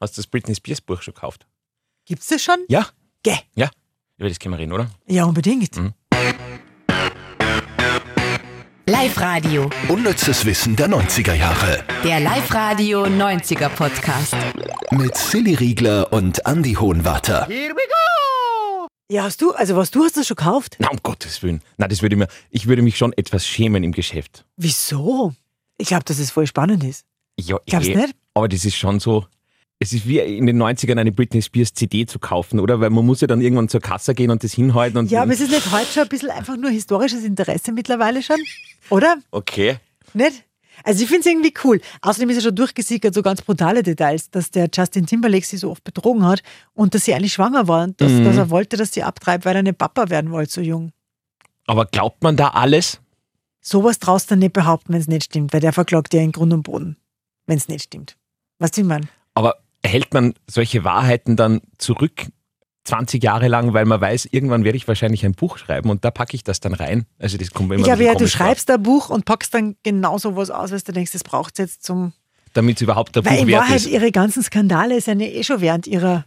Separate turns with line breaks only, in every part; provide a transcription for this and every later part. Hast du das Britney Spears Buch schon gekauft?
Gibt's das schon?
Ja.
Gäh.
Ja. Über das können wir reden, oder?
Ja,
Mhm.
unbedingt.
Live-Radio.
Unnützes Wissen der 90er Jahre.
Der Live-Radio 90er Podcast.
Mit Silly Riegler und Andy Hohenwarter.
Ja, hast du, also was, du hast das schon gekauft?
Na, um Gottes Willen. Na, das würde mir, ich würde mich schon etwas schämen im Geschäft.
Wieso? Ich glaube, dass es voll spannend ist.
Ja,
Glaubst
eh.
du nicht?
Aber das ist schon so. Es ist wie in den 90ern eine Britney Spears CD zu kaufen, oder? Weil man muss ja dann irgendwann zur Kasse gehen und das hinhalten und.
Ja, aber ist es nicht heute schon ein bisschen einfach nur historisches Interesse mittlerweile schon? Oder?
Okay.
Nicht? Also ich finde es irgendwie cool. Außerdem ist ja schon durchgesickert, so ganz brutale Details, dass der Justin Timberlake sie so oft betrogen hat und dass sie eigentlich schwanger war und dass,
Mhm.
dass er wollte, dass sie abtreibt, weil er nicht Papa werden wollte, so jung.
Aber glaubt man da alles?
Sowas traust du nicht behaupten, wenn es nicht stimmt, weil der verklagt ja in Grund und Boden, wenn es nicht stimmt. Weißt du, wie ich meine?
Aber hält man solche Wahrheiten dann zurück 20 Jahre lang, weil man weiß, irgendwann werde ich wahrscheinlich ein Buch schreiben und da packe ich das dann rein? Also, das kommt mir immer
Ich
ein
glaube
bisschen
ja, du
komisch vor,
schreibst ein Buch und packst dann genau sowas aus, was du denkst, das braucht es jetzt zum...
Damit es überhaupt ein
Weil
Buch
in
wert
Wahrheit,
ist.
ihre ganzen Skandale sind ja eh schon während ihrer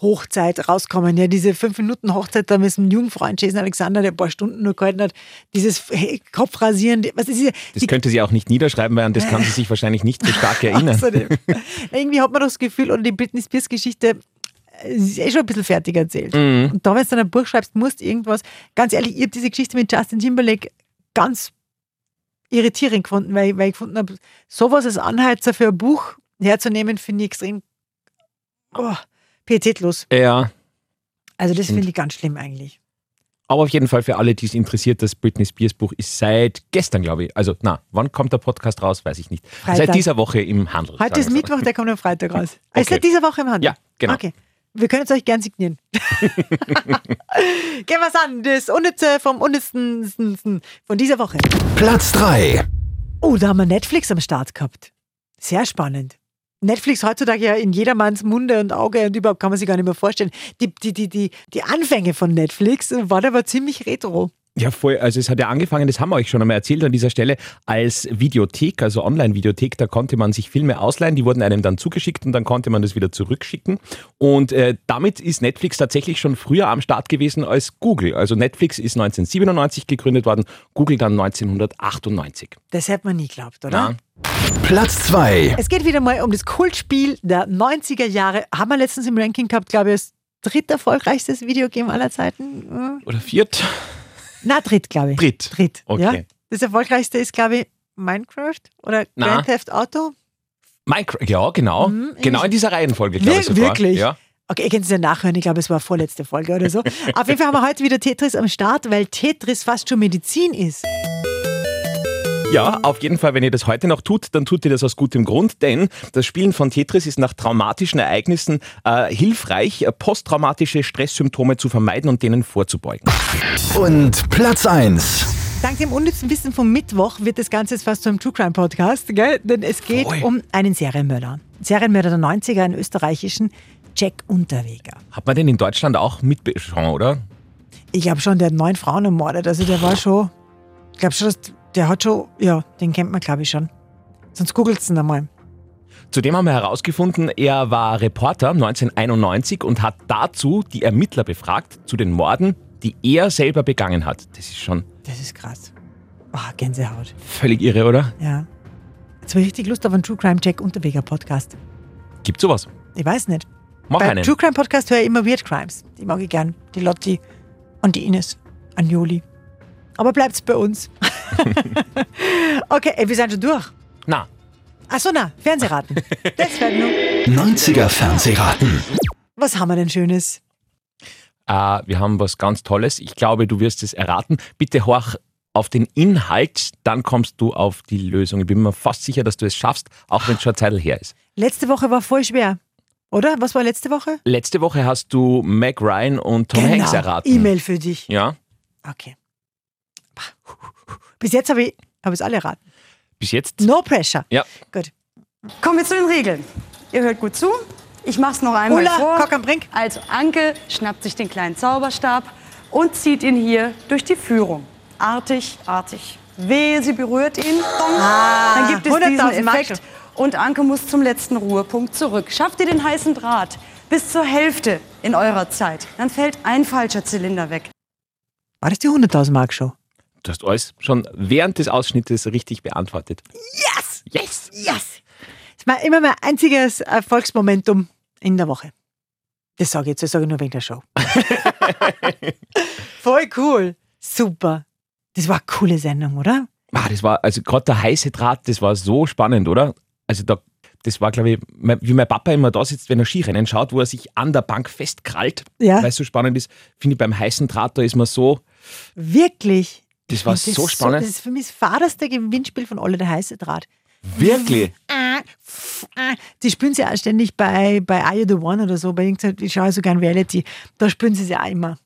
Hochzeit rauskommen. Ja, diese 5-Minuten-Hochzeit da mit dem Jugendfreund Jason Alexander, der ein paar Stunden nur gehalten hat, dieses hey, Kopfrasieren, die- was ist diese-
Das könnte sie auch nicht niederschreiben, weil an das kann sie sich wahrscheinlich nicht so stark
die,
erinnern.
Außerdem. Irgendwie hat man doch das Gefühl, und die Britney Spears-Geschichte äh, ist eh schon ein bisschen fertig erzählt.
Mhm.
Und da, wenn du dann ein Buch schreibst, musst du irgendwas, ganz ehrlich, ich habe diese Geschichte mit Justin Timberlake ganz irritierend gefunden, weil, ich- weil ich gefunden habe, sowas als Anheizer für ein Buch herzunehmen, finde ich extrem oh, pietätlos.
Ja.
Also das finde ich ganz schlimm eigentlich.
Aber auf jeden Fall für alle, die es interessiert, das Britney Spears Buch ist seit gestern, glaube ich. Also, na, wann kommt der Podcast raus, weiß ich nicht.
Freitag.
Seit dieser Woche im Handel.
Heute
sagen
ist
wir so.
Mittwoch, der kommt am Freitag raus. Okay.
Okay.
Ist seit dieser Woche im Handel?
Ja, genau.
Okay. Wir können es euch gern signieren. Gehen wir's an. Das Unnütze vom Unnützen von dieser Woche.
Platz 3.
Oh, da haben wir Netflix am Start gehabt. Sehr spannend. Netflix heutzutage ja in jedermanns Munde und Auge und überhaupt kann man sich gar nicht mehr vorstellen. Die, die, die, die, die Anfänge von Netflix waren aber ziemlich retro.
Ja, voll. Also, es hat ja angefangen, das haben wir euch schon einmal erzählt an dieser Stelle, als Videothek, also Online-Videothek. Da konnte man sich Filme ausleihen, die wurden einem dann zugeschickt und dann konnte man das wieder zurückschicken. Und äh, damit ist Netflix tatsächlich schon früher am Start gewesen als Google. Also, Netflix ist 1997 gegründet worden, Google dann 1998.
Das hätte man nie geglaubt, oder?
Na?
Platz 2.
Es geht wieder mal um das Kultspiel der 90er Jahre. Haben wir letztens im Ranking gehabt, glaube ich, als dritt erfolgreichstes Videogame aller Zeiten. Hm.
Oder viert?
Na, dritt, glaube ich.
Dritt.
Dritt.
Okay.
Ja? Das erfolgreichste ist, glaube ich, Minecraft oder
Na.
Grand Theft Auto.
Minecraft, ja, genau.
Mhm,
genau
ich-
in dieser Reihenfolge, glaube ich.
Wir-
sogar.
wirklich?
Ja.
Okay, ihr könnt es ja nachhören. Ich glaube, es war vorletzte Folge oder so. Auf jeden Fall haben wir heute wieder Tetris am Start, weil Tetris fast schon Medizin ist.
ja, auf jeden Fall, wenn ihr das heute noch tut, dann tut ihr das aus gutem Grund, denn das Spielen von Tetris ist nach traumatischen Ereignissen äh, hilfreich, äh, posttraumatische Stresssymptome zu vermeiden und denen vorzubeugen.
Und Platz 1.
Dank dem unnützen Wissen vom Mittwoch wird das Ganze jetzt fast zu einem True Crime Podcast, gell? denn es geht
Voll.
um einen Serienmörder. Serienmörder der 90er, einen österreichischen Jack Unterweger.
Hat man den in Deutschland auch mitbekommen, oder?
Ich glaube schon, der hat neun Frauen ermordet. Also der war schon, ich glaube schon, dass der hat schon, ja, den kennt man glaube ich schon. Sonst googelt's ihn einmal.
Zudem haben wir herausgefunden, er war Reporter 1991 und hat dazu die Ermittler befragt zu den Morden, die er selber begangen hat. Das ist schon
Das ist krass. Ah, Gänsehaut.
völlig irre, oder?
Ja. Jetzt habe ich richtig Lust auf einen True Crime Jack Unterweger Podcast.
Gibt sowas?
Ich weiß nicht.
Mach
Beim
einen.
True Crime Podcast höre ich immer Weird Crimes. Die mag ich gern. Die Lotti und die Ines. Anjoli. Aber bleibt's bei uns. okay, ey, wir sind schon durch.
Na,
Achso, na, Fernsehraten. Das fällt nur.
90er Fernsehraten.
Was haben wir denn Schönes?
Äh, wir haben was ganz Tolles. Ich glaube, du wirst es erraten. Bitte horch auf den Inhalt, dann kommst du auf die Lösung. Ich bin mir fast sicher, dass du es schaffst, auch wenn es schon eine Zeit her ist.
Letzte Woche war voll schwer. Oder? Was war letzte Woche?
Letzte Woche hast du Mac Ryan und Tom Hanks erraten.
Genau, E-Mail für dich.
Ja,
Okay. Bis jetzt habe ich habe es alle erraten.
bis jetzt.
No pressure.
Ja,
Gut.
Kommen wir zu den Regeln. Ihr hört gut zu. Ich mach's noch einmal
Ulla,
vor.
Kock am Brink.
Also Anke schnappt sich den kleinen Zauberstab und zieht ihn hier durch die Führung.
Ah,
Artig, artig. Wehe, sie berührt ihn. Dong. Dann gibt es diesen
100.000 Mark
Effekt. und Anke muss zum letzten Ruhepunkt zurück. Schafft ihr den heißen Draht bis zur Hälfte in eurer Zeit, dann fällt ein falscher Zylinder weg.
War das die 100.000 Mark Show?
Du hast alles schon während des Ausschnittes richtig beantwortet.
Yes!
Yes!
Yes! Das war immer mein einziges Erfolgsmomentum in der Woche. Das sage ich jetzt, das sage ich nur wegen der Show. Voll cool. Super. Das war eine coole Sendung, oder?
Ah, das war, also gerade der heiße Draht, das war so spannend, oder? Also da, das war, glaube ich, mein, wie mein Papa immer da sitzt, wenn er Skirennen schaut, wo er sich an der Bank festkrallt,
Ja.
weil es so spannend ist. Finde ich beim heißen Draht, da ist man so,
Wirklich.
das war
Das ist
so spannend.
das ist für mich das faderste Gewinnspiel von alle der heiße Draht.
Wirklich?
Ah, pff, ah. Die spielen sie auch ständig bei, bei Are You the One oder so. Bei irgendeinem- ich schaue sogar in Reality. Da spielen sie es ja auch immer.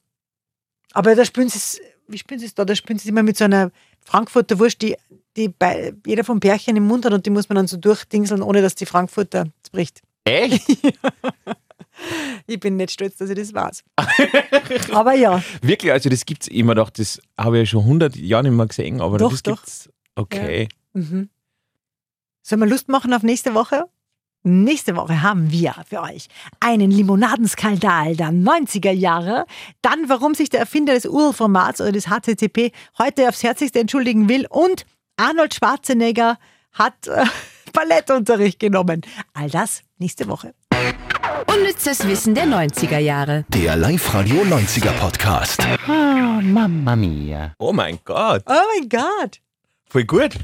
Aber da spielen sie es, wie spielen sie es da? Da spielen sie es immer mit so einer Frankfurter Wurst, die, die bei, jeder vom Pärchen im Mund hat und die muss man dann so durchdingseln, ohne dass die Frankfurter bricht.
Echt?
Ich bin nicht stolz, dass ich das weiß. Aber ja,
Wirklich, also das gibt's immer doch, das habe ich ja schon 100 Jahre nicht mehr gesehen, aber
Doch,
das
doch.
gibt's. Okay.
Mhm. Sollen wir Lust machen auf nächste Woche? Nächste Woche haben wir für euch einen Limonadenskandal der 90er Jahre. Dann, warum sich der Erfinder des URL-Formats oder des HTTP heute aufs Herzlichste entschuldigen will. Und Arnold Schwarzenegger hat äh, Ballettunterricht genommen. All das nächste Woche.
Unnützes Wissen der 90er Jahre.
Der Live-Radio 90er Podcast.
Mamma mia.
Oh mein Gott,
Oh mein Gott!
voll gut.